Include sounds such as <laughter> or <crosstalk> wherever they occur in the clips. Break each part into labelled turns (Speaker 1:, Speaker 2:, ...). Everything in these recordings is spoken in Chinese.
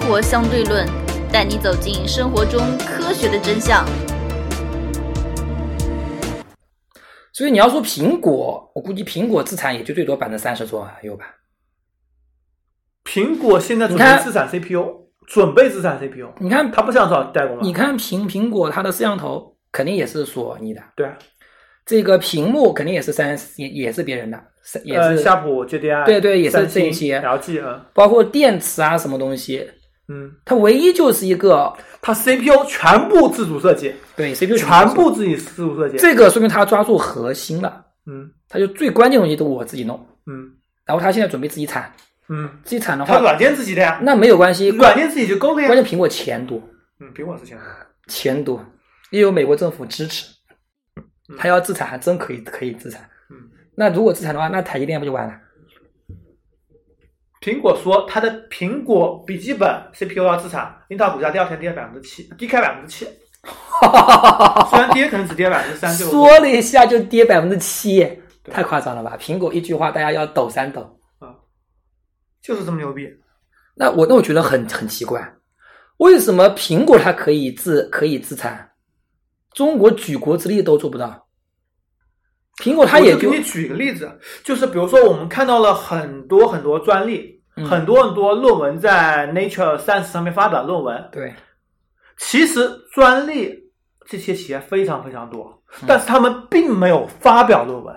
Speaker 1: 活相对论，带你走进生活中科学的真相。
Speaker 2: 所以你要说苹果，我估计苹果资产也就最多百分之三十左右啊吧。
Speaker 3: 苹果现在准备资产 CPU，准备资产 CPU，
Speaker 2: 你看，
Speaker 3: 它不想找代工了。
Speaker 2: 你看苹苹果它的摄像头肯定也是索尼的，
Speaker 3: 对啊，
Speaker 2: 这个屏幕肯定也是三也也是别人的，是也
Speaker 3: 呃，
Speaker 2: 是
Speaker 3: 夏普、GDI，
Speaker 2: 对对也是
Speaker 3: 三星
Speaker 2: 这些
Speaker 3: LG 啊，
Speaker 2: 包括电池啊什么东西，
Speaker 3: 嗯，
Speaker 2: 它唯一就是一个
Speaker 3: 它 CPU 全部自主设计，
Speaker 2: 对 CPU
Speaker 3: 全部自己自主设计，
Speaker 2: 这个说明它抓住核心了，
Speaker 3: 嗯
Speaker 2: 它就最关键的东西都我自己弄，
Speaker 3: 嗯
Speaker 2: 然后它现在准备自己产，
Speaker 3: 嗯，
Speaker 2: 自己产的
Speaker 3: 它
Speaker 2: 话
Speaker 3: 软件自己的呀，
Speaker 2: 那没有关系，
Speaker 3: 软件自己就够了
Speaker 2: 关
Speaker 3: 呀。
Speaker 2: 键苹果钱多，
Speaker 3: 嗯，苹果是强的，
Speaker 2: 钱多，又有美国政府支持，他要自产还真可以可以自产
Speaker 3: 嗯。
Speaker 2: 那如果自产的话，那台积电不就完了？
Speaker 3: 苹果说它的苹果笔记本 CPU 要自产，英特尔股价第二天跌百分之七，低开百分之
Speaker 2: <laughs>
Speaker 3: 七，虽然跌可能只跌百分之三，对
Speaker 2: 说了一下就跌百分之七，
Speaker 3: 对
Speaker 2: 太夸张了吧？苹果一句话，大家要抖三抖。
Speaker 3: 就是这么牛逼。
Speaker 2: 那我那我觉得很很奇怪，为什么苹果它可以自可以自产，中国举国之力都做不到？苹果它
Speaker 3: 我
Speaker 2: 也
Speaker 3: 就给
Speaker 2: 就
Speaker 3: 你举个例子，就是比如说我们看到了很多很多专利，
Speaker 2: 嗯
Speaker 3: 很多很多论文在 Nature Science 上面发表论文，
Speaker 2: 对
Speaker 3: 其实专利这些企业非常非常多，
Speaker 2: 嗯
Speaker 3: 但是他们并没有发表论文。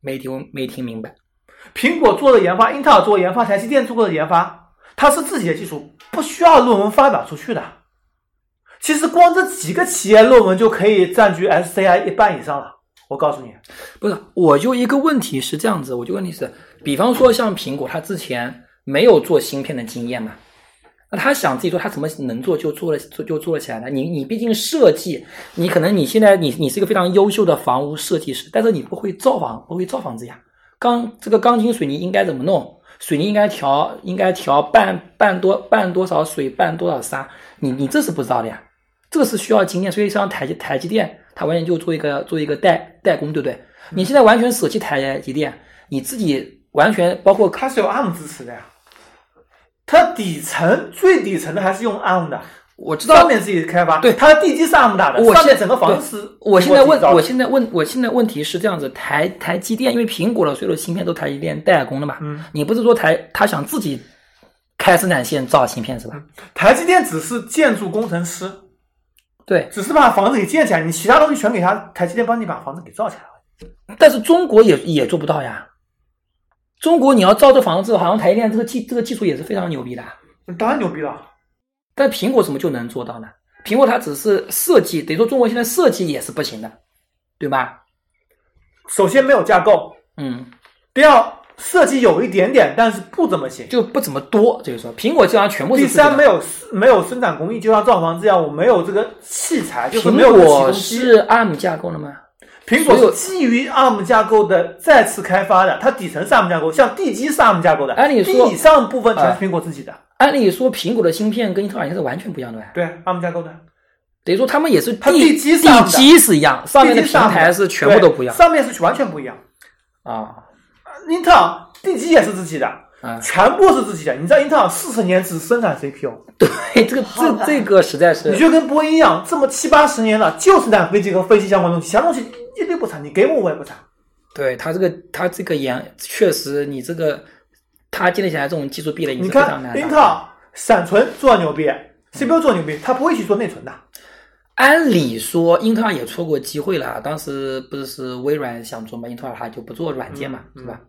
Speaker 2: 没听没听明白。
Speaker 3: 苹果做的研发，英特尔做的研发，台积电做的研发，它是自己的技术，不需要论文发表出去的。其实光这几个企业论文就可以占据 SCI 一半以上了。我告诉你，
Speaker 2: 不是，我就一个问题是这样子，我就问题是，比方说像苹果，它之前没有做芯片的经验嘛，那他想自己做，他怎么能做就做了，做就做了起来呢？你你毕竟设计，你可能你现在你你是一个非常优秀的房屋设计师，但是你不会造房，不会造房子呀。钢这个钢筋水泥应该怎么弄？水泥应该调，应该调半半多半多少水，半多少沙？你你这是不知道的呀，这个是需要经验。所以像台积台积电，它完全就做一个做一个代代工，对不对？你现在完全舍弃台积电，你自己完全包括
Speaker 3: 它是有 ARM 支持的呀。它底层最底层的还是用 ARM 的，
Speaker 2: 我知道
Speaker 3: 上面自己开发。
Speaker 2: 对
Speaker 3: 它的地基是 ARM 打的，
Speaker 2: 我
Speaker 3: 上
Speaker 2: 现
Speaker 3: 面整个房子是
Speaker 2: 我现在问，
Speaker 3: 自己造的
Speaker 2: 我现在问，我现在问题是这样子：台台积电，因为苹果的所有的芯片都台积电代工的嘛，
Speaker 3: 嗯
Speaker 2: 你不是说台他想自己开生产线造芯片是吧？
Speaker 3: 台积电只是建筑工程师，
Speaker 2: 对，
Speaker 3: 只是把房子给建起来，你其他东西全给他台积电帮你把房子给造起来了。
Speaker 2: 但是中国也也做不到呀。中国你要造这房子，好像台积电这个技这个技术也是非常牛逼的啊，
Speaker 3: 当然牛逼了。
Speaker 2: 但苹果怎么就能做到呢？苹果它只是设计，等于说中国现在设计也是不行的，对吧？
Speaker 3: 首先没有架构，
Speaker 2: 嗯，
Speaker 3: 第二设计有一点点，但是不怎么行。
Speaker 2: 就不怎么多，这个说苹果基本上全部是
Speaker 3: 第
Speaker 2: 自己的
Speaker 3: 三，没有没有生产工艺，就像造房子一样，我没有这个器材，就是没
Speaker 2: 苹
Speaker 3: 有这个启
Speaker 2: 果
Speaker 3: 动机。
Speaker 2: 是 ARM 架构的吗？
Speaker 3: 苹果
Speaker 2: 所有
Speaker 3: 是基于 ARM 架构的再次开发的，它底层是 ARM 架构，像地基是 ARM 架构的，
Speaker 2: 按理
Speaker 3: 地
Speaker 2: 哎说哎
Speaker 3: 以上部分全是苹果自己的，
Speaker 2: 按理说，苹果的芯片跟英特尔是完全不一样的吧？
Speaker 3: 对 ARM 架构的，
Speaker 2: 等于说他们也是
Speaker 3: 它
Speaker 2: 地
Speaker 3: 地基是 ARM
Speaker 2: 地
Speaker 3: 的
Speaker 2: 基是一样，上面的
Speaker 3: 地基
Speaker 2: 平
Speaker 3: 是 ARM
Speaker 2: 台是全部都不一样
Speaker 3: 对上面是完全不一样。
Speaker 2: 啊
Speaker 3: 英特尔地基也是自己的，
Speaker 2: 啊！
Speaker 3: 全部是自己的。你知道英特尔四十年只生产 CPU，
Speaker 2: 对，这个这这个实在
Speaker 3: 你
Speaker 2: 是
Speaker 3: 就跟波音一样，这么七八十年了，就是产飞机和飞机相关的东西，其他东西一律不产，你给我我也不产。
Speaker 2: 对他这个他这个研确实，你这个他建立起来这种技术壁垒也
Speaker 3: 你
Speaker 2: 是非常
Speaker 3: 看
Speaker 2: 难
Speaker 3: 英
Speaker 2: 的。
Speaker 3: 特尔闪存做得牛逼，CPU 做得牛逼，它不会去做内存的。
Speaker 2: 按理说，英特尔也错过机会了，当时不是是微软想做嘛，英特尔它就不做软件嘛，
Speaker 3: 嗯
Speaker 2: 是吧？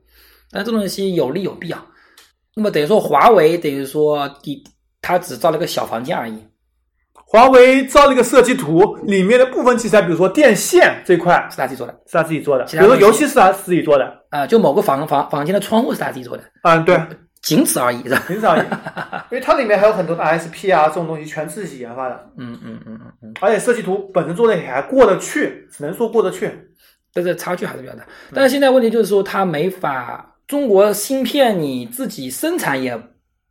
Speaker 2: 但这种东西有利有弊啊。那么等于说，华为等于说第它只造了个小房间而已，
Speaker 3: 华为造了一个设计图，里面的部分器材，比如说电线这块
Speaker 2: 是他自己做的。
Speaker 3: 是他自己做的，
Speaker 2: 其
Speaker 3: 比
Speaker 2: 他东
Speaker 3: 如
Speaker 2: 西
Speaker 3: 说游戏是他自己做的。
Speaker 2: 啊、就某个房房房间的窗户是他自己做的，
Speaker 3: 嗯，对，
Speaker 2: 仅此而已，是吧？
Speaker 3: 很少有， <laughs> 因为它里面还有很多的 ISP 啊这种东西全自己研发的，
Speaker 2: 嗯嗯嗯嗯嗯，
Speaker 3: 而且设计图本身做的也还过得去，只能说过得去。
Speaker 2: 但是差距还是比较大。但是现在问题就是说，他没法，中国芯片你自己生产也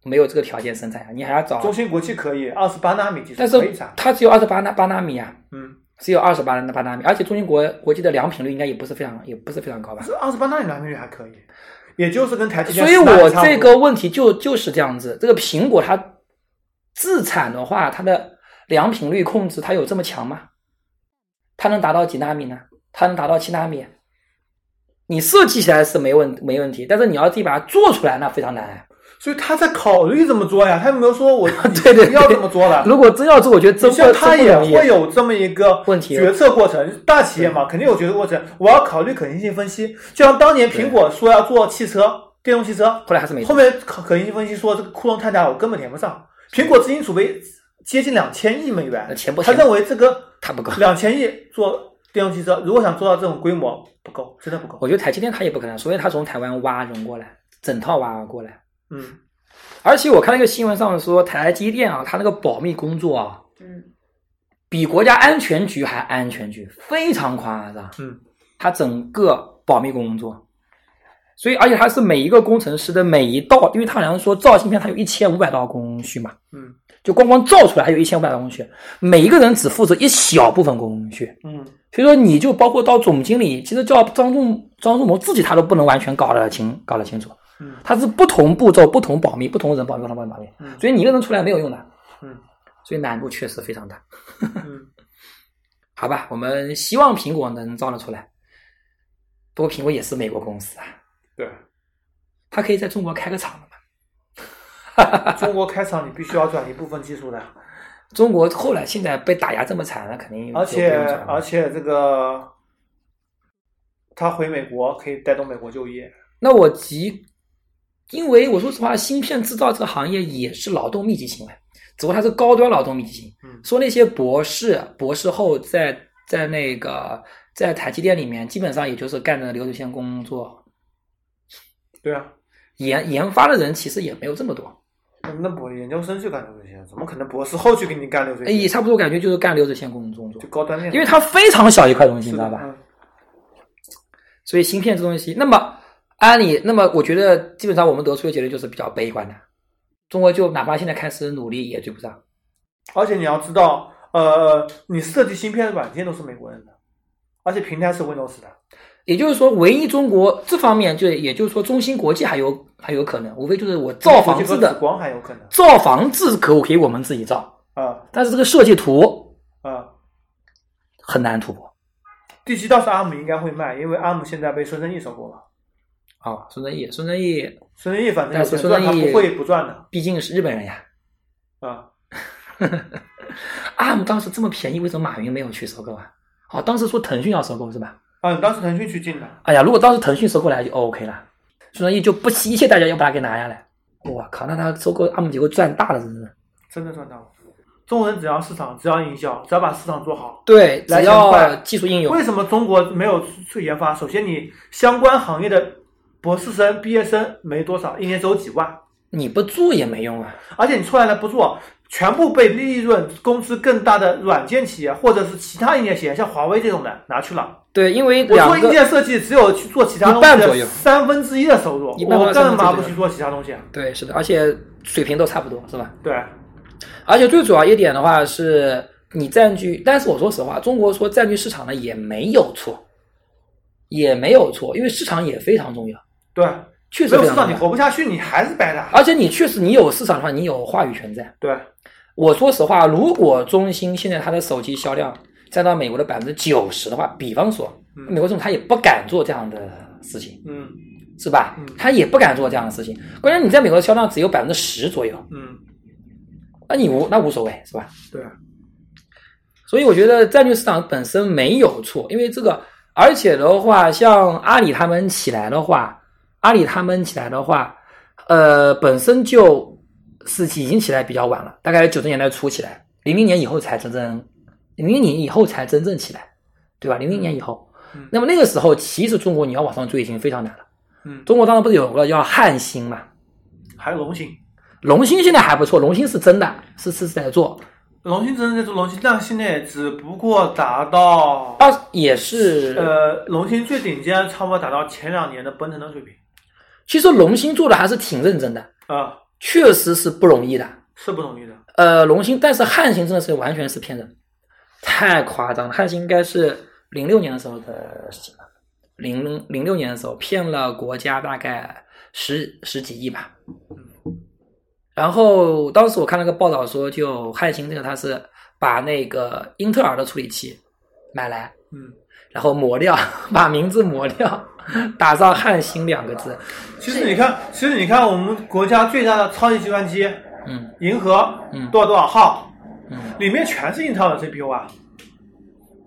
Speaker 2: 没有这个条件生产呀，你还要
Speaker 3: 中
Speaker 2: 找，
Speaker 3: 芯国际可以，二十八纳米技
Speaker 2: 但
Speaker 3: 术可
Speaker 2: 是
Speaker 3: 以产。
Speaker 2: 它只有二十八纳八纳米啊，
Speaker 3: 嗯，
Speaker 2: 只有二十八纳八纳米，而且中芯国国际的良品率应该也不是非常，也不是非常高吧？
Speaker 3: 这二十八纳米良率还可以，也就是跟台积电
Speaker 2: 所以
Speaker 3: 18
Speaker 2: 我
Speaker 3: 差不多
Speaker 2: 这个问题就就是这样子，这个苹果它自产的话，它的良品率控制它有这么强吗？它能达到几纳米呢？它能达到七纳米？你设计起来是没问没问题，但是你要自己把它做出来，那非常难啊。
Speaker 3: 所以他在考虑怎么做呀，他有没有说我
Speaker 2: <laughs> 对对对
Speaker 3: 要怎么做了？
Speaker 2: 啊如果真要做，我觉得真
Speaker 3: 像
Speaker 2: 不
Speaker 3: 他
Speaker 2: 真
Speaker 3: 也
Speaker 2: 不容易。
Speaker 3: 会有这么一个
Speaker 2: 问题
Speaker 3: 决策过程，大企业嘛，肯定有决策过程。我要考虑可行性分析，就像当年苹果说要做汽车，电动汽车，
Speaker 2: 后来还是没做
Speaker 3: 后面可可行性分析说这个窟窿太大，我根本填不上。苹果资金储备接近两千亿美元
Speaker 2: 那，呃钱不
Speaker 3: 他
Speaker 2: 行，
Speaker 3: 认为这个
Speaker 2: 它不够。
Speaker 3: 两千亿做电动汽车，如果想做到这种规模，不够，真的不够。
Speaker 2: 我觉得台积电它也不可能，所以它从台湾挖人过来，整套挖过来。
Speaker 3: 嗯，
Speaker 2: 而且我看那个新闻上说，台积电啊，它那个保密工作啊，
Speaker 1: 嗯，
Speaker 2: 比国家安全局还安全局，非常夸张。
Speaker 3: 嗯，
Speaker 2: 它整个保密工作，所以而且它是每一个工程师的每一道，因为它好像说造芯片它有一千五百道工序嘛，
Speaker 3: 嗯
Speaker 2: 就光光造出来还有一千五百道工序，每一个人只负责一小部分工序。
Speaker 3: 嗯，
Speaker 2: 所以说，你就包括到总经理，其实叫张仲张仲谋自己，他都不能完全搞得清搞得清楚
Speaker 3: 嗯。
Speaker 2: 他是不同步骤、不同保密、不同人保密、不同保密保密
Speaker 3: 嗯，
Speaker 2: 所以你一个人出来没有用的。
Speaker 3: 嗯，
Speaker 2: 所以难度确实非常大。
Speaker 3: 嗯，
Speaker 2: 好吧，我们希望苹果能造得出来。不过苹果也是美国公司啊，
Speaker 3: 对，
Speaker 2: 它可以在中国开个厂的嘛。
Speaker 3: 中国开厂你必须要转移部分技术的。
Speaker 2: 中国后来现在被打压这么惨了，肯定
Speaker 3: 而且
Speaker 2: 就不用转了
Speaker 3: 而且这个他回美国可以带动美国就业，
Speaker 2: 那我急，因为我说实话，芯片制造这个行业也是劳动密集型啊，只不过它是高端劳动密集型。
Speaker 3: 嗯
Speaker 2: 说那些博士、博士后在在那个在台积电里面，基本上也就是干着流水线工作，
Speaker 3: 对啊，
Speaker 2: 研研发的人其实也没有这么多，
Speaker 3: 那那不研究生去干流水线，啊怎么可能博士后去给你干流水
Speaker 2: 哎也
Speaker 3: 线？
Speaker 2: 差不多感觉就是干流水线工作，
Speaker 3: 就高端面，
Speaker 2: 因为它非常小一块东西，
Speaker 3: 是
Speaker 2: 你
Speaker 3: 的
Speaker 2: 知道吧？？
Speaker 3: 嗯
Speaker 2: 所以芯片这东西，那么按理，那么我觉得基本上我们得出的结论就是比较悲观的，中国就哪怕现在开始努力也追不上。
Speaker 3: 而且你要知道，呃，你设计芯片的软件都是美国人的，而且平台是 Windows 的，
Speaker 2: 也就是说，唯一中国这方面就也就是说，中芯国际还有还有可能，无非就是我造房子
Speaker 3: 和紫
Speaker 2: 的
Speaker 3: 光还有可能
Speaker 2: 造房子可可以我们自己造，
Speaker 3: 啊
Speaker 2: 但是这个设计图
Speaker 3: 啊。
Speaker 2: 很难突破
Speaker 3: 第七倒是 ARM 应该会卖，因为 ARM 现在被孙正义收购了。
Speaker 2: 啊。孙正义，孙正义
Speaker 3: 孙正义反正
Speaker 2: 但
Speaker 3: 有
Speaker 2: 是
Speaker 3: 钱
Speaker 2: 孙
Speaker 3: 赚，他
Speaker 2: 正义
Speaker 3: 不会不赚的
Speaker 2: 毕竟是日本人呀。
Speaker 3: 啊。
Speaker 2: ARM 啊当时这么便宜，为什么马云没有去收购啊？哦，当时说腾讯要收购是吧？
Speaker 3: 啊，当时腾讯去进的，
Speaker 2: 哎呀，如果当时腾讯收购来就 OK 了，孙正义就不惜一切代价要把它给拿下来。我靠，那他收购 ARM 结果赚大了，真是。
Speaker 3: 真的赚到了。中国人只要市场，只要营销，只要把市场做好。
Speaker 2: 对，
Speaker 3: 来
Speaker 2: 只
Speaker 3: 钱快
Speaker 2: 要技术应用
Speaker 3: 为，什么中国没有去研发？首先，你相关行业的博士生、毕业生没多少，一年只有几万，
Speaker 2: 你不做也没用啊。
Speaker 3: 而且你出来了不做，全部被利润、工资更大的软件企业或者是其他硬件企业，像华为这种的拿去了。
Speaker 2: 对，因为
Speaker 3: 我做
Speaker 2: 两
Speaker 3: 硬
Speaker 2: 个
Speaker 3: 件设计，只有去做其他东
Speaker 2: 一半
Speaker 3: 西
Speaker 2: 左右
Speaker 3: 的三分之一的收入，
Speaker 2: 一半
Speaker 3: 我
Speaker 2: 三分之一
Speaker 3: 干嘛
Speaker 2: 左
Speaker 3: 不
Speaker 2: 右
Speaker 3: 去做其他东西啊？
Speaker 2: 对，是的，而且水平都差不多，是吧？
Speaker 3: 对，
Speaker 2: 而且最主要一点的话是，你占据，但是我说实话，中国说占据市场呢也没有错，也没有错，因为市场也非常重要，
Speaker 3: 对，
Speaker 2: 确实
Speaker 3: 没有
Speaker 2: 非常
Speaker 3: 市场
Speaker 2: 重
Speaker 3: 你
Speaker 2: 要。
Speaker 3: 活不下去，你还是白搭。
Speaker 2: 而且你确实，你有市场的话，你有话语权在。
Speaker 3: 对，
Speaker 2: 我说实话，如果中兴现在它的手机销量占到美国的百分之九十的话，比方说，
Speaker 3: 嗯
Speaker 2: 美国政府他也不敢做这样的事情，
Speaker 3: 嗯
Speaker 2: 是吧
Speaker 3: 嗯？
Speaker 2: 他也不敢做这样的事情。关键你在美国的销量只有百分之十左右，
Speaker 3: 嗯，
Speaker 2: 那你无那无所谓，是吧？
Speaker 3: 对。
Speaker 2: 所以我觉得债券市场本身没有错，因为这个，而且的话，像阿里他们起来的话，阿里他们起来的话，呃，本身就是已经起来比较晚了，大概九十年代初起来，零零年以后才真正，零零年以后才真正起来，对吧？零零年以后
Speaker 3: 嗯，
Speaker 2: 那么那个时候，其实中国你要往上追已经非常难了。
Speaker 3: 嗯，
Speaker 2: 中国当时不是有个叫汉芯嘛？
Speaker 3: 还有龙芯，
Speaker 2: 龙芯现在还不错，龙芯是真的，是是是在做，
Speaker 3: 龙芯真正在做龙芯，但现在也只不过达到
Speaker 2: 二也是
Speaker 3: 呃，龙芯最顶尖差不多达到前两年的奔腾的水平
Speaker 2: 其实龙芯做的还是挺认真的，
Speaker 3: 啊、
Speaker 2: 确实是不容易的。
Speaker 3: 是不容易的。
Speaker 2: 呃，龙芯，但是汉芯真的是完全是骗人，太夸张了。汉芯应该是零六年的时候的事情了，零零六年的时候骗了国家大概十十几亿吧。然后当时我看了个报道说，就汉芯这个它是把那个英特尔的处理器买来，
Speaker 3: 嗯，
Speaker 2: 然后抹掉， <laughs> 把名字抹掉，打上汉芯两个字。
Speaker 3: 其实你看，其实你看我们国家最大的超级计算机
Speaker 2: 嗯
Speaker 3: 银河
Speaker 2: 嗯
Speaker 3: 多少多少号，
Speaker 2: 嗯，
Speaker 3: 里面全是英特尔的 CPU 啊。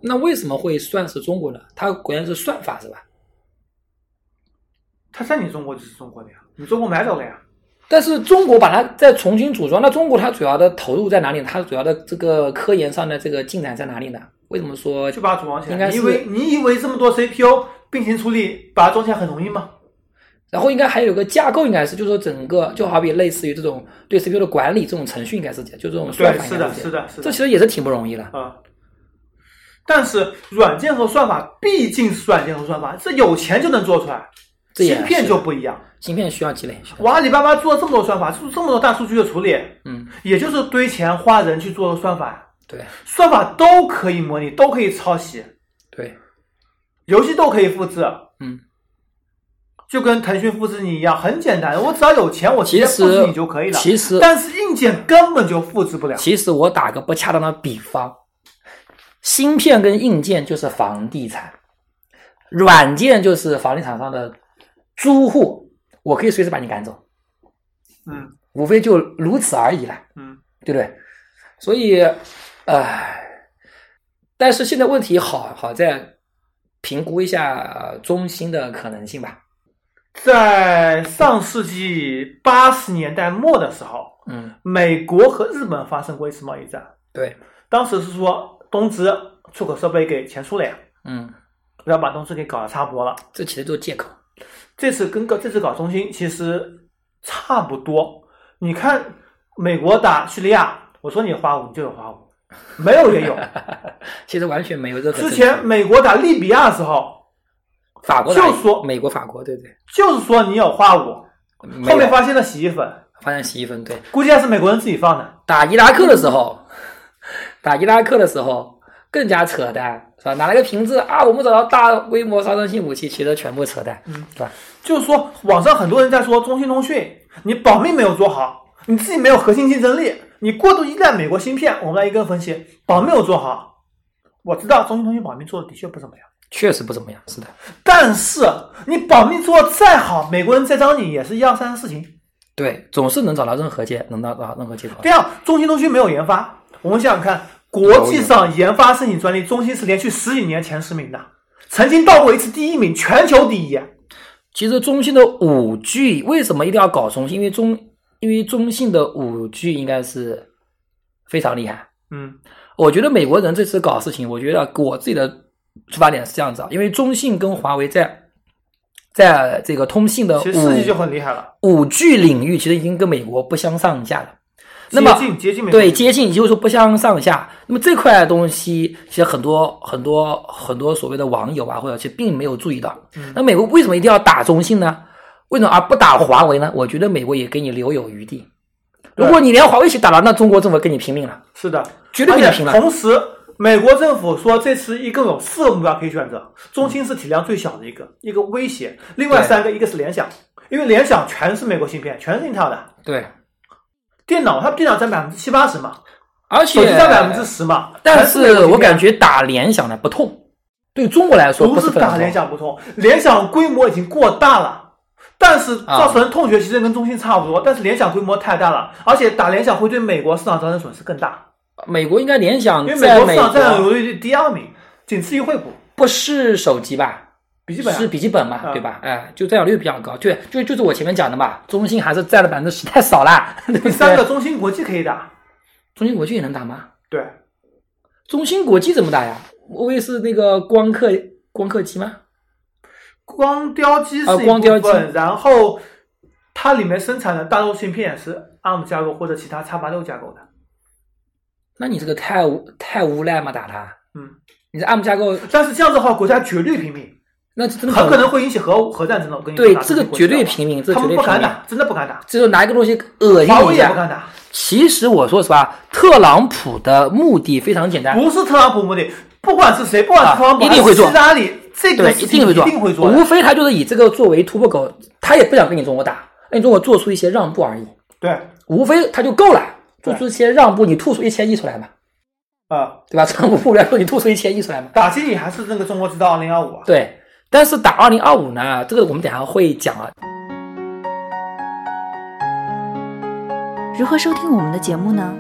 Speaker 2: 那为什么会算是中国呢？它果然是算法是吧？
Speaker 3: 它在你中国就是中国的呀，你中国买走了呀。
Speaker 2: 但是中国把它再重新组装，那中国它主要的投入在哪里？它主要的这个科研上的这个进展在哪里呢？为什么说
Speaker 3: 就把它组装起
Speaker 2: 应该
Speaker 3: 来。
Speaker 2: 是
Speaker 3: 你以为你以为这么多 CPU 并行处理把它装起来很容易吗？
Speaker 2: 然后应该还有个架构，应该是就是说整个就好比类似于这种对 CPU 的管理这种程序，应该是这样，就这种算
Speaker 3: 对，
Speaker 2: 法
Speaker 3: 是
Speaker 2: 应该
Speaker 3: 的，
Speaker 2: 这样
Speaker 3: 是的，是
Speaker 2: 这
Speaker 3: 的
Speaker 2: 其实也是挺不容易的。
Speaker 3: 啊。但是软件和算法毕竟是软件和算法，这有钱就能做出来，
Speaker 2: 这也
Speaker 3: 芯片
Speaker 2: 是
Speaker 3: 就不一样。
Speaker 2: 芯片需要积累，需要
Speaker 3: 我阿里巴巴做了这么多算法，做这么多大数据的处理，
Speaker 2: 嗯，
Speaker 3: 也就是堆钱花人去做的算法，
Speaker 2: 对
Speaker 3: 算法都可以模拟，都可以抄袭，
Speaker 2: 对，
Speaker 3: 游戏都可以复制，
Speaker 2: 嗯，
Speaker 3: 就跟腾讯复制你一样，很简单，我只要有钱，我直接
Speaker 2: 其实
Speaker 3: 复制你就可以了。
Speaker 2: 其实
Speaker 3: 但是硬件根本就复制不了。
Speaker 2: 其实我打个不恰当的比方，芯片跟硬件就是房地产，软件就是房地产上的租户，我可以随时把你赶走，
Speaker 3: 嗯
Speaker 2: 无非就如此而已了。
Speaker 3: 嗯，
Speaker 2: 对不对？所以，唉，但是现在问题好好在评估一下呃中兴的可能性吧。
Speaker 3: 在上世纪八十年代末的时候，
Speaker 2: 嗯，
Speaker 3: 美国和日本发生过一次贸易战，
Speaker 2: 对，
Speaker 3: 当时是说东芝出口设备给前苏联，
Speaker 2: 嗯，
Speaker 3: 然后把东芝给搞得差不多了。
Speaker 2: 这其实就是借口。
Speaker 3: 这次跟搞这次搞中兴其实差不多。你看美国打叙利亚，我说你有花武，你就有花武，没有也
Speaker 2: <laughs>
Speaker 3: 有。
Speaker 2: 其实完全没有任何
Speaker 3: 之
Speaker 2: 证据。
Speaker 3: 前美国打利比亚的时候，
Speaker 2: 法国打
Speaker 3: 就说
Speaker 2: 美国、法国，对对，
Speaker 3: 就是说你有花武，
Speaker 2: 没
Speaker 3: 后面
Speaker 2: 有
Speaker 3: 发现了洗衣粉，
Speaker 2: 发现十一分，对，
Speaker 3: 估计还是美国人自己放的。
Speaker 2: 打伊拉克的时候， <laughs> 打伊拉克的时候更加扯淡，是吧？拿了个瓶子啊，我们找到大规模杀伤性武器，其实全部扯淡，嗯，是吧？
Speaker 3: 就是说，网上很多人在说中兴通讯，你保密没有做好，你自己没有核心竞争力，你过度依赖美国芯片。我们来一个分析，保密没有做好。我知道中兴通讯保密做的的确不怎么样，
Speaker 2: 确实不怎么样，是的，
Speaker 3: 但是你保密做得再好，美国人栽赃你也是一样三件事情。
Speaker 2: 对，总是能找到任何借，能找到任何借口。
Speaker 3: 第二，中兴通讯没有研发，我们想想看，国际上研发申请专利，中兴是连续十几年前十名的，曾经到过一次第一名，全球第一。
Speaker 2: 其实中信的五 G 为什么一定要搞中信？因为中因为中信的五 G 应该是非常厉害。
Speaker 3: 嗯
Speaker 2: 我觉得美国人这次搞事情，我觉得我自己的出发点是这样子啊，因为中信跟华为在在这个通信的
Speaker 3: 其实四 G 就
Speaker 2: 五
Speaker 3: 很厉害了，
Speaker 2: 五 G 领域，其实已经跟美国不相上下了。那
Speaker 3: 接
Speaker 2: 么
Speaker 3: 近接近美国
Speaker 2: 对，接近，也就是说不相上下。那么这块东西，其实很多很多很多所谓的网友啊，或者是并没有注意到。那美国为什么一定要打中信呢？为什么而啊不打华为呢？我觉得美国也给你留有余地。如果你连华为一起打了，那中国政府跟你拼命了。
Speaker 3: 是的，
Speaker 2: 绝对
Speaker 3: 而
Speaker 2: 比你
Speaker 3: 且
Speaker 2: 平了
Speaker 3: 同时，美国政府说这次一共有四个目标可以选择，中兴是体量最小的一个，一个威胁，另外
Speaker 2: 对
Speaker 3: 三个一个是联想，因为联想全是美国芯片，全是英特尔的。
Speaker 2: 对，
Speaker 3: 电脑，它电脑占百分之七八十嘛，
Speaker 2: 而
Speaker 3: 手
Speaker 2: 且
Speaker 3: 机占百分之十嘛。
Speaker 2: 但
Speaker 3: 全美国
Speaker 2: 是
Speaker 3: 芯片
Speaker 2: 我感觉打联想呢不痛，对中国来说
Speaker 3: 不
Speaker 2: 不是
Speaker 3: 是
Speaker 2: 非常
Speaker 3: 打
Speaker 2: 痛
Speaker 3: 联想不通，联想规模已经过大了，但是
Speaker 2: 啊
Speaker 3: 造成痛觉其实跟中兴差不多，但是联想规模太大了，而且打联想会对美国市场造成损失更大，
Speaker 2: 美国应该联想
Speaker 3: 因为美
Speaker 2: 在
Speaker 3: 国
Speaker 2: 美
Speaker 3: 市场占
Speaker 2: 国
Speaker 3: 有率第二名，仅次于惠普、
Speaker 2: 不是手机吧？
Speaker 3: 笔记本啊、
Speaker 2: 是笔记本嘛，
Speaker 3: 嗯
Speaker 2: 对吧？哎，就占有率比较高，对，就就是我前面讲的嘛，中兴还是占了百分之十，太少啦。 <laughs> 对不
Speaker 3: 第
Speaker 2: 对
Speaker 3: 三个，中芯国际可以打。
Speaker 2: 中芯国际也能打吗？
Speaker 3: 对，
Speaker 2: 中芯国际怎么打呀？我以为是那个光刻光刻机吗？
Speaker 3: 光雕机是
Speaker 2: 啊
Speaker 3: 一
Speaker 2: 光雕
Speaker 3: 部
Speaker 2: 机
Speaker 3: 分，然后它里面生产的大陆芯片也是 ARM 架构或者其他叉八六架构的。
Speaker 2: 那你这个太无太无赖嘛，打他，
Speaker 3: 嗯，
Speaker 2: 你这 ARM 架构，
Speaker 3: 但是这样子的话，国家绝对平民，
Speaker 2: 那真的
Speaker 3: 很可能会引起核武核战争的。我跟你
Speaker 2: 对
Speaker 3: 说
Speaker 2: 这个绝对平民，这
Speaker 3: 他
Speaker 2: 绝
Speaker 3: 们
Speaker 2: 对
Speaker 3: 不
Speaker 2: 平
Speaker 3: 敢
Speaker 2: 民。
Speaker 3: 打，真的不敢打，
Speaker 2: 只有拿一个东西恶
Speaker 3: 华
Speaker 2: 心
Speaker 3: 为
Speaker 2: 一
Speaker 3: 也不
Speaker 2: 下。
Speaker 3: 敢打。
Speaker 2: 其实我说实话，特朗普的目的非常简单，
Speaker 3: 不是特朗普目的，不管是谁，不管
Speaker 2: 啊
Speaker 3: 是特朗普
Speaker 2: 一定会做
Speaker 3: 希拉里，这个
Speaker 2: 对，
Speaker 3: 事
Speaker 2: 一
Speaker 3: 情
Speaker 2: 定会
Speaker 3: 一
Speaker 2: 做，
Speaker 3: 定会做的
Speaker 2: 无非他就是以这个作为突破口，他也不想跟你中国打，跟你中国做出一些让步而已，
Speaker 3: 对
Speaker 2: 无非他就够了，
Speaker 3: 对
Speaker 2: 做出一些让步，你吐出一千亿出来嘛，
Speaker 3: 啊，
Speaker 2: 对吧？ <laughs> 川普不来说你吐出一千亿出来嘛，
Speaker 3: 打击你还是那个中国制造二零二五啊。
Speaker 2: 对。但是打二零二五呢，这个我们等一下会讲啊，
Speaker 4: 如何收听我们的节目呢？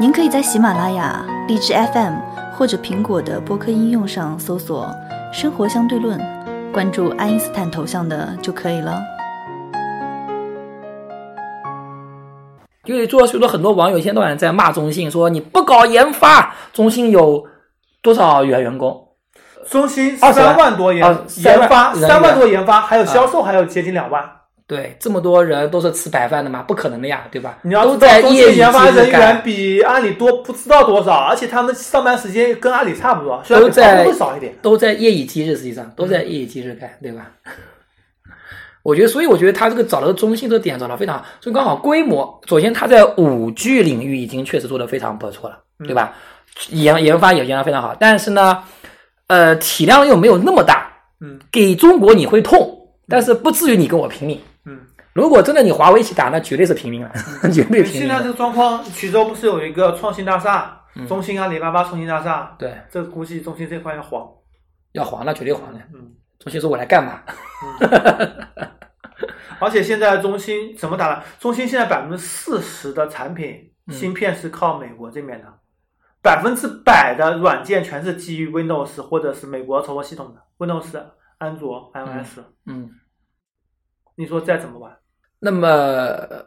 Speaker 4: 您可以在喜马拉雅、荔枝 FM 或者苹果的播客应用上搜索“生活相对论”，关注爱因斯坦头像的就可以了。
Speaker 2: 因为做，所以说很多网友一天到晚在骂中信，说你不搞研发，中信有多少员员工？
Speaker 3: 中兴
Speaker 2: 二十万
Speaker 3: 三万多研、
Speaker 2: 啊三万
Speaker 3: 研发，
Speaker 2: 人啊员
Speaker 3: 三万多研发，还有销售，还有接近两万。
Speaker 2: 对，这么多人都是吃白饭的吗？不可能的呀，对吧？
Speaker 3: 你要
Speaker 2: 都
Speaker 3: 知道，
Speaker 2: 在
Speaker 3: 中
Speaker 2: 业
Speaker 3: 兴
Speaker 2: 余
Speaker 3: 研发
Speaker 2: 之
Speaker 3: 人
Speaker 2: 中干
Speaker 3: 员比阿里多不知道多少，而且他们上班时间跟阿里差不多，虽然
Speaker 2: 都
Speaker 3: 比他们
Speaker 2: 在
Speaker 3: 会少一点。
Speaker 2: 都在夜以继日，实际上都在夜以继日
Speaker 3: 嗯
Speaker 2: 干，对吧？ <laughs> 我觉得，所以我觉得他这个找到中性这个点找到非常好，所以刚好规模，首先他在五 G 领域已经确实做得非常不错了，
Speaker 3: 嗯
Speaker 2: 对吧？研研发也研发非常好，但是呢，呃，体量又没有那么大，
Speaker 3: 嗯
Speaker 2: 给中国你会痛，但是不至于你跟我平民。
Speaker 3: 嗯，
Speaker 2: 如果真的你华为一起打，那绝对是平民了， <laughs> 绝对平
Speaker 3: 现
Speaker 2: 民
Speaker 3: 在这
Speaker 2: 了。
Speaker 3: 个状况，徐州不是有一个创新大厦，
Speaker 2: 嗯
Speaker 3: 中兴、阿里巴巴创新大厦，
Speaker 2: 对，
Speaker 3: 这估计中兴这块要黄。
Speaker 2: 要黄那绝对黄的。
Speaker 3: 嗯，
Speaker 2: 中信说我来干嘛？
Speaker 3: <laughs> 而且现在中兴怎么打呢？中兴现在百分之四十的产品
Speaker 2: 嗯
Speaker 3: 芯片是靠美国这边的，百分之百的软件全是基于 Windows 或者是美国操作系统的 Windows、安卓、iOS。
Speaker 2: 嗯，
Speaker 3: 你说再怎么玩？
Speaker 2: 那么呃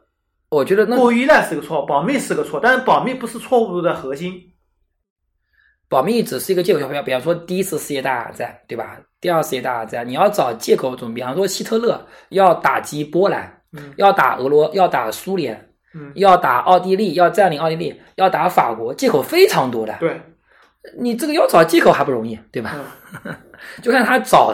Speaker 2: 我觉得那
Speaker 3: 过于依赖是个错，保密是个错，但是保密不是错误的核心。
Speaker 2: 保密只是一个借口，比方比方说第一次世界大战，对吧？第二次世界大战，你要找借口总比方说希特勒要打击波兰，
Speaker 3: 嗯
Speaker 2: 要打俄罗，要打苏联，
Speaker 3: 嗯，
Speaker 2: 要打奥地利，要占领奥地利，要打法国，借口非常多的。
Speaker 3: 对，
Speaker 2: 你这个要找借口还不容易，对吧？
Speaker 3: 嗯
Speaker 2: 就看他找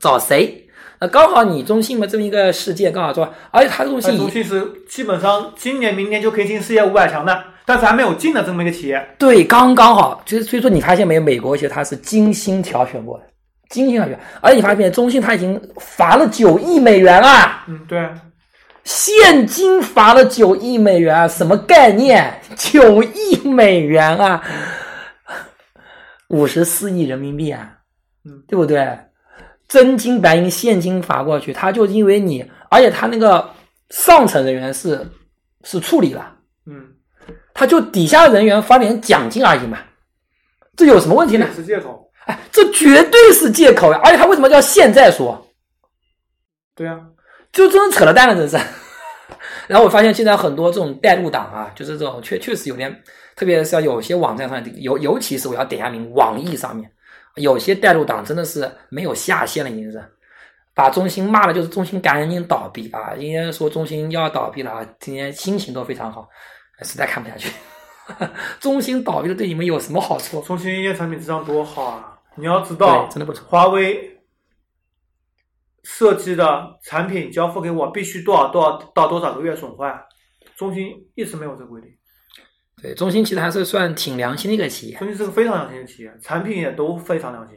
Speaker 2: 找谁。那刚好你中信嘛，这么一个事件，刚好说，而且他中信
Speaker 3: 但中
Speaker 2: 以
Speaker 3: 兴是基本上今年、明年就可以进世界五百强的，但是还没有进的这么一个企业。
Speaker 2: 对，刚刚好。就是所以说，你发现没有，美国其实它是精心挑选过的，精心挑选。而且你发现，中信它已经罚了九亿美元啊，
Speaker 3: 嗯，对，
Speaker 2: 现金罚了九亿美元啊，什么概念？九亿美元啊， <laughs> 五十四亿人民币啊，
Speaker 3: 嗯，
Speaker 2: 对不对？真金白银现金罚过去，他就因为你，而且他那个上层人员是是处理了。
Speaker 3: 嗯，
Speaker 2: 他就底下人员发点奖金而已嘛，这有什么问题呢
Speaker 3: 也？是借口。
Speaker 2: 哎，这绝对是借口呀！而且他为什么叫现在说？
Speaker 3: 对啊，
Speaker 2: 就真扯了蛋了，真是。 <laughs> 然后我发现现在很多这种带路党啊，就是这种确确实有点，特别是像有些网站上，尤尤其是我要点一下名，网易上面有些带路党真的是没有下限了，已经是把中兴骂的就是中兴赶紧倒闭啊！今天说中兴要倒闭了啊，今天心情都非常好，实在看不下去。 <laughs> 中兴倒闭了对你们有什么好处？
Speaker 3: 中兴音乐产品质量多好啊！你要知道，
Speaker 2: 对真的不错
Speaker 3: 华为设计的产品交付给我必须多少多少到多少个月损坏，中兴一直没有这个规定。
Speaker 2: 对，中兴其实还是算挺良心的一个企业。
Speaker 3: 中兴是个非常良心的企业，产品也都非常良心。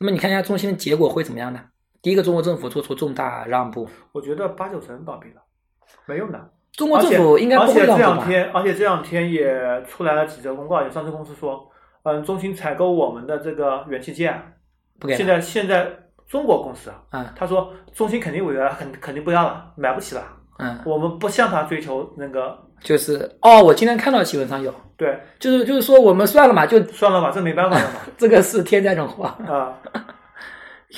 Speaker 2: 那么你看一下中兴的结果会怎么样呢？第一个，中国政府做出重大让步，
Speaker 3: 我觉得八九成倒闭了，没用的。
Speaker 2: 中国政府应该
Speaker 3: 而
Speaker 2: 不会
Speaker 3: 且而且这
Speaker 2: 让
Speaker 3: 两
Speaker 2: 步吧？
Speaker 3: 天，而且这两天也出来了几则公告，有上市公司说，嗯，中兴采购我们的这个元器件，
Speaker 2: 不给
Speaker 3: 现
Speaker 2: 了
Speaker 3: 在现在中国公司啊，
Speaker 2: 啊，
Speaker 3: 他说中兴肯定违约，肯肯定不要了，买不起了。
Speaker 2: 嗯，
Speaker 3: 我们不向他追求那个，
Speaker 2: 就是哦，我今天看到新闻上有，
Speaker 3: 对，
Speaker 2: 就是就是说我们算了嘛，就
Speaker 3: 算了吧，这没办法了嘛。
Speaker 2: 这个是天灾人祸，
Speaker 3: 啊，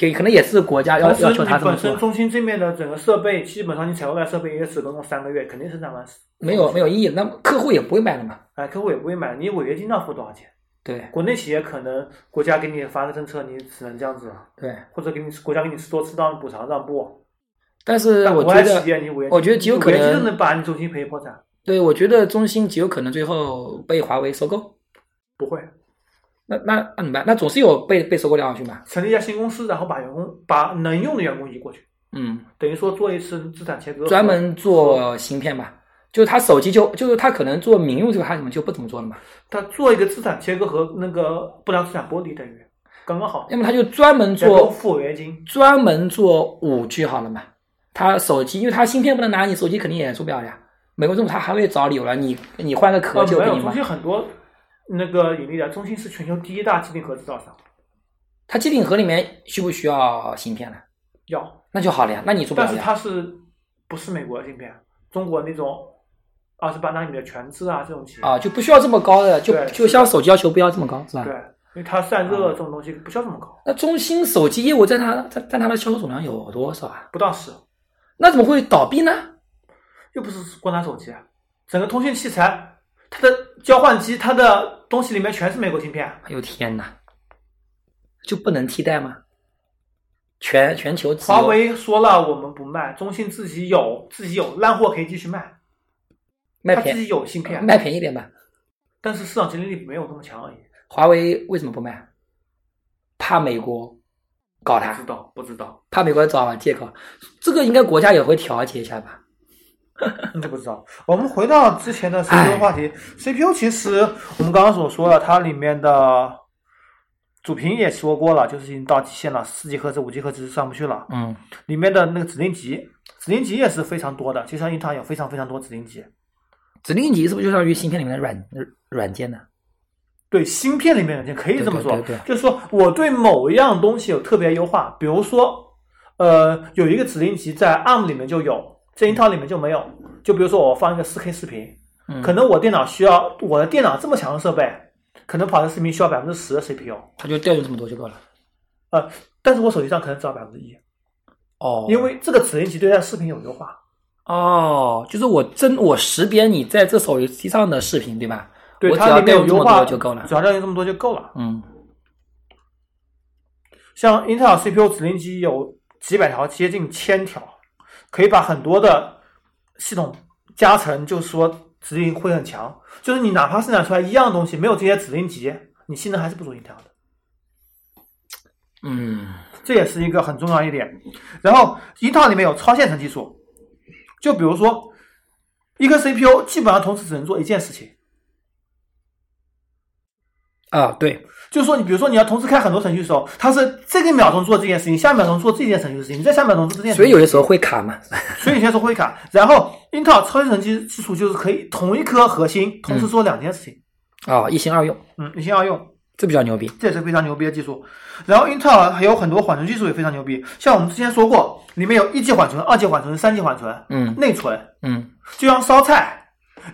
Speaker 2: 也可能也是国 <laughs> 家要
Speaker 3: 同时
Speaker 2: 要求
Speaker 3: 你
Speaker 2: 他这么
Speaker 3: 本身
Speaker 2: 做，
Speaker 3: 中兴这面的整个设备，基本上你采购来设备也只能用三个月，肯定生产完事
Speaker 2: 没有没有意义，那么客户也不会买的嘛。
Speaker 3: 哎，客户也不会买，你违约金要付多少钱？
Speaker 2: 对
Speaker 3: 国内企业可能国家给你发个政策，你只能这样子，啊
Speaker 2: 对，
Speaker 3: 或者给你国家给你多适当的补偿让步。
Speaker 2: 但是
Speaker 3: 但
Speaker 2: 我
Speaker 3: 国
Speaker 2: 觉
Speaker 3: 外企业
Speaker 2: 得，
Speaker 3: 你违约金，
Speaker 2: 我觉得极有可能
Speaker 3: 违约金就能把你中兴赔破产，
Speaker 2: 对我觉得中兴极有可能最后被华为收购，
Speaker 3: 不会
Speaker 2: 那那那怎么办？那总是有被被收购的要去嘛。
Speaker 3: 成立一家新公司，然后把员工把能用的员工移过去，
Speaker 2: 嗯，
Speaker 3: 等于说做一次资产切割，
Speaker 2: 专门做芯片吧，就是他手机就就是他可能做民用这个，他怎么就不怎么做了嘛？
Speaker 3: 他做一个资产切割和那个不良资产剥离等于，刚刚好，
Speaker 2: 要么他就专门
Speaker 3: 人工
Speaker 2: 做
Speaker 3: 复原金，
Speaker 2: 专门做五 G 好了嘛。他手机，因为他芯片不能拿，你手机肯定也做不了呀。美国政府他还会找理由来，你你换个壳
Speaker 3: 呃，
Speaker 2: 就
Speaker 3: 没
Speaker 2: 给
Speaker 3: 有
Speaker 2: 你
Speaker 3: 中
Speaker 2: 买。
Speaker 3: 兴很多那个盈利的，中兴是全球第一大机顶盒制造商，
Speaker 2: 它机顶盒里面需不需要芯片呢？
Speaker 3: 要，
Speaker 2: 那就好了呀，那你做不
Speaker 3: 但
Speaker 2: 了
Speaker 3: 是
Speaker 2: 呀。
Speaker 3: 它是不是美国的芯片？中国那种二十八纳米的全制啊这种企业，
Speaker 2: 啊，就不需要这么高的，就
Speaker 3: 对
Speaker 2: 就是像手机要求不要这么高，是吧？
Speaker 3: 对，因为它散
Speaker 2: 啊
Speaker 3: 热这种东西不需要这么高，
Speaker 2: 那中兴手机业务占它占占它的销售总量有多少啊？
Speaker 3: 不到十，
Speaker 2: 那怎么会倒闭呢？
Speaker 3: 又不是光拿手机，啊，整个通讯器材，它的交换机，它的东西里面全是美国芯片，
Speaker 2: 哎呦天哪，就不能替代吗？全全球只有
Speaker 3: 华为说了我们不卖，中兴自己有自己有烂货可以继续卖，
Speaker 2: 卖
Speaker 3: 它自
Speaker 2: 便
Speaker 3: 己有芯片，
Speaker 2: 卖便宜点吧。
Speaker 3: 但是市场竞争力没有那么强而已。
Speaker 2: 华为为什么不卖？啊怕美国搞
Speaker 3: 不知
Speaker 2: 它，
Speaker 3: 道，不
Speaker 2: <laughs>
Speaker 3: 知道，
Speaker 2: 怕美国找借口。这个应该国家也会调节一下吧？
Speaker 3: 真的不知道。我们回到之前的
Speaker 2: 哎
Speaker 3: CPU 话题，CPU 其实我们刚刚所说了，它里面的主屏也说过了，就是已经到极限了，四 G 赫兹、五 G 赫兹上不去了。
Speaker 2: 嗯，
Speaker 3: 里面的那个指令集，指令集也是非常多的，其实英特尔有非常非常多指令集。
Speaker 2: 指令集是不是就相当于芯片里面的软软件呢？
Speaker 3: 对芯片里面软件可以这么说，
Speaker 2: 对对对对
Speaker 3: 就是说我对某一样东西有特别优化，比如说，呃，有一个指令集在 ARM 里面就有，在英特尔里面就没有。就比如说我放一个 4K 视频，
Speaker 2: 嗯
Speaker 3: 可能我电脑需要我的电脑这么强的设备，可能跑的视频需要百分之十的 CPU，
Speaker 2: 它就调用这么多就够了。
Speaker 3: 呃，但是我手机上可能只要百分之一，
Speaker 2: 哦
Speaker 3: 因为这个指令集对它的视频有优化。
Speaker 2: 哦，就是我真我识别你在这手机上的视频，对吧？
Speaker 3: 对
Speaker 2: 我只
Speaker 3: 它
Speaker 2: 要
Speaker 3: 里面
Speaker 2: 调
Speaker 3: 有
Speaker 2: 用这
Speaker 3: 优
Speaker 2: 么
Speaker 3: 化
Speaker 2: 多就够了
Speaker 3: 只。要调用这么多就够了。
Speaker 2: 嗯，
Speaker 3: 像英特尔 CPU 指令集有几百条，接近千条，可以把很多的系统加成，就是说指令会很强。就是你哪怕生产出来一样东西，没有这些指令集，你性能还是不如英特尔的，
Speaker 2: 嗯，
Speaker 3: 这也是一个很重要一点。然后英特尔里面有超线程技术，就比如说一个 CPU 基本上同时只能做一件事情，
Speaker 2: 啊，对，
Speaker 3: 就是说你比如说你要同时开很多程序的时候，它是这个秒钟做这件事情，下一秒钟做这件程序的事情，再下一秒钟做这件事
Speaker 2: 所
Speaker 3: 情。
Speaker 2: 以有些时候会卡嘛。
Speaker 3: 所以你先说会卡，然后英特尔超级神技技术就是可以同一颗核心同时做两件事情，
Speaker 2: 哦，一心二用，
Speaker 3: 嗯，你先要用，
Speaker 2: 这比较牛逼。
Speaker 3: 这也是非常牛逼的技术。然后英特尔还有很多缓存技术也非常牛逼，像我们之前说过，里面有一级缓存、二级缓存、三级缓存，
Speaker 2: 嗯
Speaker 3: 内存
Speaker 2: 嗯，
Speaker 3: 就像烧菜，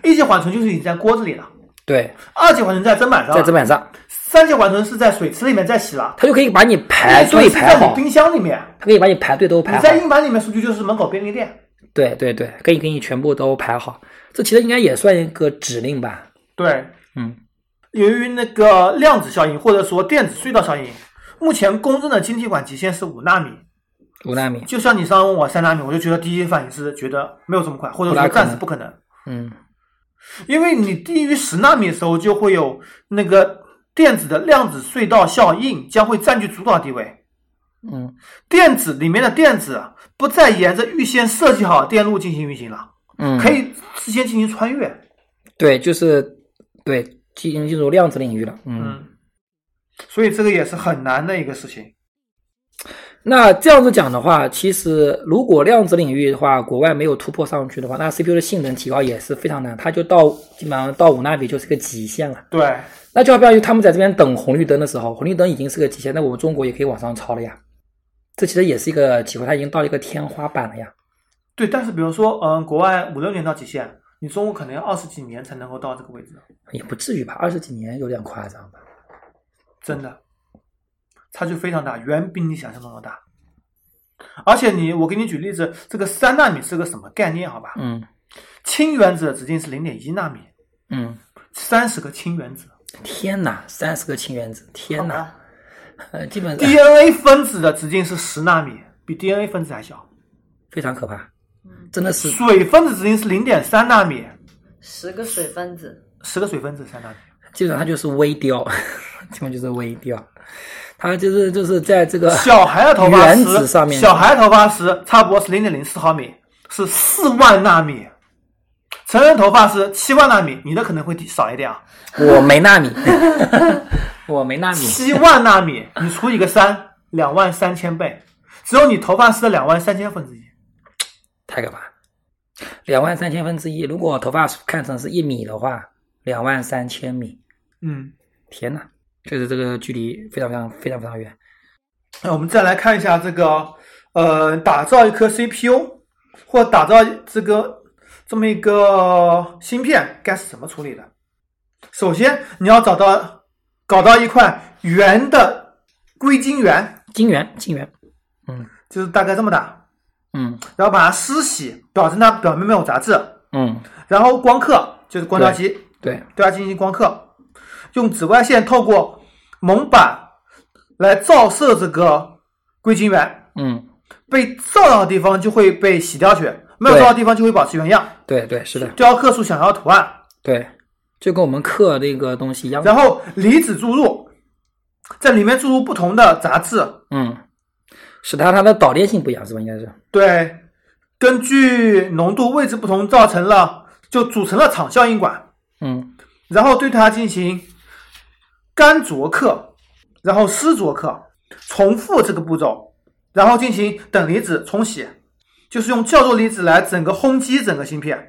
Speaker 3: 一级缓存就是已经在锅子里了，
Speaker 2: 对，
Speaker 3: 二级缓存在砧板上，
Speaker 2: 在砧板上，
Speaker 3: 三级缓存是在水池里面在洗了，
Speaker 2: 它就可以把你排队
Speaker 3: 内存是
Speaker 2: 哎排
Speaker 3: 在
Speaker 2: 好
Speaker 3: 你，冰箱里面，
Speaker 2: 它可以把你排队都
Speaker 3: 你
Speaker 2: 排好
Speaker 3: 在。硬盘里面数据就是门口便利店，
Speaker 2: 对对对，可以给你全部都排好。这其实应该也算一个指令吧？
Speaker 3: 对，
Speaker 2: 嗯，
Speaker 3: 由于那个量子效应或者说电子隧道效应，目前公认的晶体管极限是五纳米。
Speaker 2: 五纳米。
Speaker 3: 就像你上问我三纳米，我就觉得第一反应是觉得没有这么快，或者
Speaker 2: 不大
Speaker 3: 说
Speaker 2: 可能
Speaker 3: 暂时不可能，
Speaker 2: 嗯，
Speaker 3: 因为你低于十纳米的时候就会有那个电子的量子隧道效应将会占据主导地位。
Speaker 2: 嗯
Speaker 3: 电子里面的电子不再沿着预先设计好的电路进行运行了，
Speaker 2: 嗯，
Speaker 3: 可。以之间进行穿越。
Speaker 2: 对，就是对，进进入量子领域了。嗯，
Speaker 3: 嗯，所以这个也是很难的一个事情。
Speaker 2: 那这样子讲的话，其实如果量子领域的话，国外没有突破上去的话，那 CPU 的性能提高也是非常难，它就到基本上到五纳米就是个极限了。
Speaker 3: 对，
Speaker 2: 那就要不要他们在这边等红绿灯的时候，红绿灯已经是个极限，那我们中国也可以往上超了呀。这其实也是一个机会，它已经到了一个天花板了呀。
Speaker 3: 对，但是比如说，嗯，国外五六年到极限，你中国可能要二十几年才能够到这个位置，
Speaker 2: 也不至于吧，二十几年有点夸张吧。
Speaker 3: 真的，差距非常大，远比你想象中的大。而且你，我给你举例子，这个三纳米是个什么概念？好吧，
Speaker 2: 嗯
Speaker 3: 氢原子的直径是零点一纳米，
Speaker 2: 嗯，
Speaker 3: 三十个氢原子。
Speaker 2: 天哪，三十个氢原子，天
Speaker 3: 好
Speaker 2: 哪
Speaker 3: 吧，
Speaker 2: 呃， <laughs> 基本上
Speaker 3: ，DNA 分子的直径是十纳米，比 DNA 分子还小。
Speaker 2: 非常可怕，真的是
Speaker 3: 水分子直径是零点三纳米，
Speaker 1: 十个水分子，
Speaker 3: 十个水分子三纳米。
Speaker 2: 基本上它就是微雕， <laughs> 基本就是微雕，它就是就是在这个
Speaker 3: 小孩的头发
Speaker 2: 原子
Speaker 3: 丝，
Speaker 2: 上面
Speaker 3: 小孩的头发丝差不多是零点零四毫米，是四万纳米，成人头发是七万纳米，你的可能会低少一点啊，
Speaker 2: 我没纳米， <laughs> 我没纳米，
Speaker 3: 七万纳米，你除以个三，两万三千倍，只有你头发丝的两万三千分之一。
Speaker 2: 太可怕了。两万三千分之一，如果头发看成是一米的话，两万三千米，
Speaker 3: 嗯，
Speaker 2: 天呐，确实这个距离非常非常非常非常远。
Speaker 3: 那我们再来看一下这个，呃，打造一颗 CPU 或打造这个这么一个芯片该是怎么处理的？首先，你要找到搞到一块圆的硅晶圆，
Speaker 2: 晶圆，晶圆，嗯
Speaker 3: 就是大概这么大，
Speaker 2: 嗯
Speaker 3: 然后把它湿洗，保证它表面没有杂质，
Speaker 2: 嗯，
Speaker 3: 然后光刻就是光雕机，
Speaker 2: 对，
Speaker 3: 对它进行光刻，用紫外线透过蒙板来照射这个硅晶圆，
Speaker 2: 嗯
Speaker 3: 被照到的地方就会被洗掉去，没有
Speaker 2: 对
Speaker 3: 照到的地方就会保持原样，
Speaker 2: 对对是的，
Speaker 3: 雕刻出想要的图案，
Speaker 2: 对，就跟我们刻那个东西一样。
Speaker 3: 然后离子注入，在里面注入不同的杂质，
Speaker 2: 嗯，使它它的导电性不一样是吧？应该是。
Speaker 3: 对，根据浓度位置不同，造成了就组成了场效应管，
Speaker 2: 嗯
Speaker 3: 然后对它进行干灼刻，然后湿灼刻，重复这个步骤，然后进行等离子冲洗，就是用较弱离子来整个轰击整个芯片。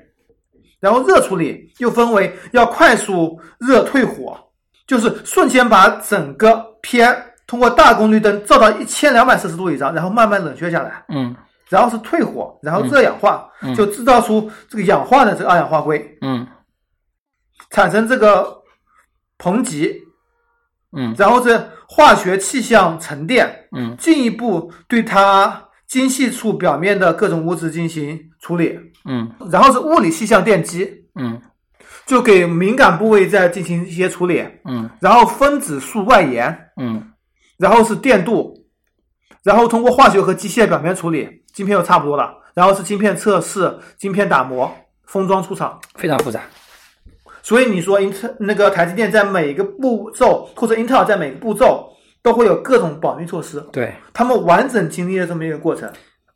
Speaker 3: 然后热处理又分为要快速热退火，就是瞬间把整个片通过大功率灯照到一千两百摄氏度以上，然后慢慢冷却下来。
Speaker 2: 嗯
Speaker 3: 然后是退火，然后热氧化，
Speaker 2: 嗯
Speaker 3: 就制造出这个氧化的这个二氧化硅，
Speaker 2: 嗯
Speaker 3: 产生这个硼极，
Speaker 2: 嗯
Speaker 3: 然后是化学气象沉淀，
Speaker 2: 嗯
Speaker 3: 进一步对它精细处表面的各种物质进行处理，
Speaker 2: 嗯
Speaker 3: 然后是物理气象电击，
Speaker 2: 嗯
Speaker 3: 就给敏感部位再进行一些处理，
Speaker 2: 嗯
Speaker 3: 然后分子束外延，
Speaker 2: 嗯
Speaker 3: 然后是电镀，然后通过化学和机械表面处理，晶片就差不多了。然后是晶片测试、晶片打磨、封装出厂。
Speaker 2: 非常复杂。
Speaker 3: 所以你说英特那个台积电在每一个步骤，或者英特尔在每个步骤都会有各种保密措施，
Speaker 2: 对，
Speaker 3: 他们完整经历了这么一个过程。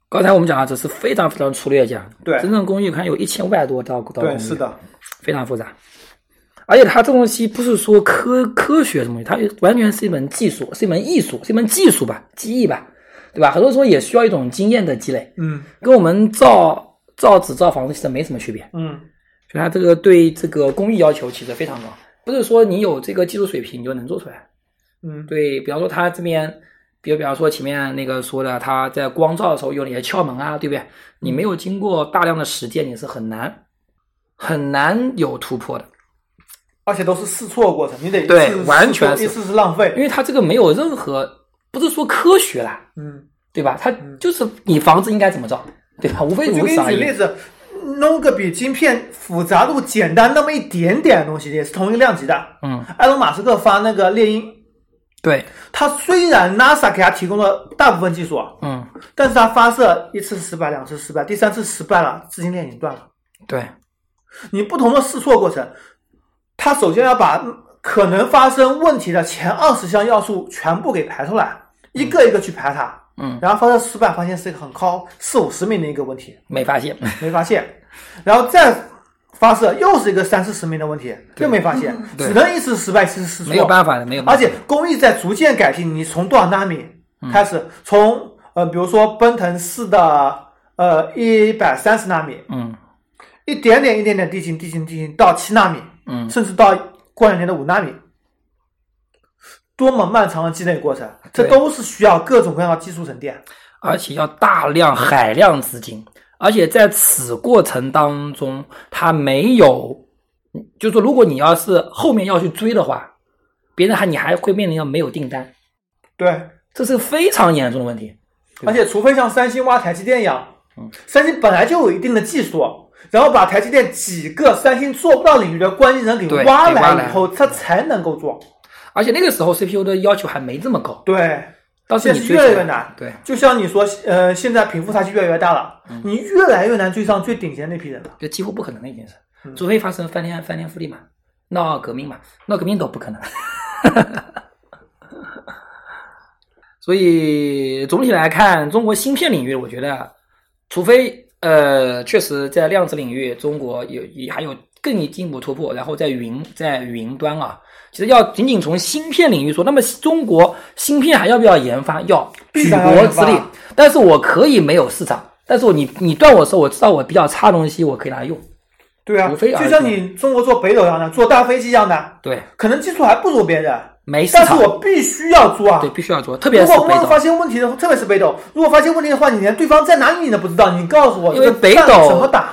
Speaker 2: 刚才我们讲的只是非常非常粗略讲，
Speaker 3: 对
Speaker 2: 真正工艺看有一千五百多道道工
Speaker 3: 对，
Speaker 2: 艺，
Speaker 3: 是，的，
Speaker 2: 非常复杂。而且它这东西不是说科科学什么东西，它完全是一门技术，是一门艺术，是一门技术吧，技艺吧，对吧？很多时候也需要一种经验的积累，
Speaker 3: 嗯
Speaker 2: 跟我们造造纸造房子其实没什么区别。
Speaker 3: 嗯，
Speaker 2: 所以它这个对这个工艺要求其实非常高，不是说你有这个技术水平你就能做出来。
Speaker 3: 嗯，
Speaker 2: 对，比方说它这边，比如比方说前面那个说的，它在光照的时候有哪些窍门啊，对不对？你没有经过大量的实践，你是很难很难有突破的，
Speaker 3: 而且都是试错过程，你得一次
Speaker 2: 对
Speaker 3: 试
Speaker 2: 完全
Speaker 3: 错
Speaker 2: 是
Speaker 3: 一次是浪费
Speaker 2: 因。为它这个没有任何不是说科学啦，
Speaker 3: 嗯，
Speaker 2: 对吧？它就是你房子应该怎么造，对吧？无非
Speaker 3: 我嗯就
Speaker 2: 如
Speaker 3: 给
Speaker 2: 此
Speaker 3: 你
Speaker 2: 而
Speaker 3: 举例
Speaker 2: 已。
Speaker 3: 子，弄个比晶片复杂度简单那么一点点的东西，也是同一个量级的。
Speaker 2: 嗯，
Speaker 3: 埃隆·马斯克发那个猎鹰，
Speaker 2: 对，
Speaker 3: 他虽然 NASA 给他提供了大部分技术，啊
Speaker 2: 嗯，
Speaker 3: 但是他发射一次失败，两次失败，第三次失败了，资金链已经断了。
Speaker 2: 对，
Speaker 3: 你不同的试错过程，他首先要把可能发生问题的前二十项要素全部给排出来，一个一个去排它。
Speaker 2: 嗯，
Speaker 3: 然后发射失败，发现是一个很高四五十米的一个问题，
Speaker 2: 没发现，
Speaker 3: 没发现，然后再发射又是一个三四十米的问题，又没发现，
Speaker 2: 对嗯
Speaker 3: 只能一次失败，一次试错，
Speaker 2: 没有办法的，没有办法。
Speaker 3: 而且工艺在逐渐改进，你从多少纳米
Speaker 2: 嗯
Speaker 3: 开始，从呃，比如说奔腾四的呃一百三十纳米，
Speaker 2: 嗯，
Speaker 3: 一点点一点点递进递进递进到七纳米，
Speaker 2: 嗯
Speaker 3: 甚至到过两年的五纳米，多么漫长的积累过程，这
Speaker 2: 对
Speaker 3: 都是需要各种各样的技术沉淀。
Speaker 2: 而且要大量海量资金，而且在此过程当中，它没有，就是说如果你要是后面要去追的话，别人还你还会面临到没有订单，
Speaker 3: 对，
Speaker 2: 这是非常严重的问题。
Speaker 3: 而且除非像三星挖台积电一样，
Speaker 2: 嗯
Speaker 3: 三星本来就有一定的技术，然后把台积电几个三星做不到领域的关键人给
Speaker 2: 对
Speaker 3: 挖
Speaker 2: 给挖来
Speaker 3: 来
Speaker 2: 嗯
Speaker 3: 以后，它才能够做。
Speaker 2: 而且那个时候 CPU 的要求还没这么高，
Speaker 3: 对，
Speaker 2: 当时
Speaker 3: 现
Speaker 2: 你
Speaker 3: 在是
Speaker 2: 追
Speaker 3: 越来
Speaker 2: 求
Speaker 3: 越难。
Speaker 2: 对，
Speaker 3: 就像你说，呃，现在贫富差距越来越大了，
Speaker 2: 嗯
Speaker 3: 你越来越难追上最顶尖那批人了。
Speaker 2: 就几乎不可能的一件事，除非发生翻天翻天覆地嘛，闹革命嘛，闹革命都不可能。 <laughs> 所以总体来看，中国芯片领域，我觉得，除非呃，确实在量子领域，中国有也还有更一进一步突破。然后在云在云端啊，其实要仅仅从芯片领域说，那么中国芯片还要不要研发？要
Speaker 3: 必
Speaker 2: 举
Speaker 3: 然要
Speaker 2: 国
Speaker 3: 研
Speaker 2: 之
Speaker 3: 发
Speaker 2: 力。但是我可以没有市场，但是我你你断我的时候，我知道我比较差的东西，我可以拿来用。
Speaker 3: 对啊，
Speaker 2: 无非而
Speaker 3: 就像
Speaker 2: 已
Speaker 3: 你中国做北斗一样的，做大飞机一样的，
Speaker 2: 对，
Speaker 3: 可能技术还不如别人，
Speaker 2: 没市
Speaker 3: 但是
Speaker 2: 场，
Speaker 3: 我必须要做啊
Speaker 2: 对，。必须要做，特别
Speaker 3: 如
Speaker 2: 是
Speaker 3: 果
Speaker 2: 北
Speaker 3: 光发
Speaker 2: 斗，
Speaker 3: 现问题的，特别是北斗，如果发现问题的话，你连对方在哪里你都不知道，你告诉我，
Speaker 2: 因为
Speaker 3: 这个
Speaker 2: 北
Speaker 3: 战
Speaker 2: 斗
Speaker 3: 怎么打？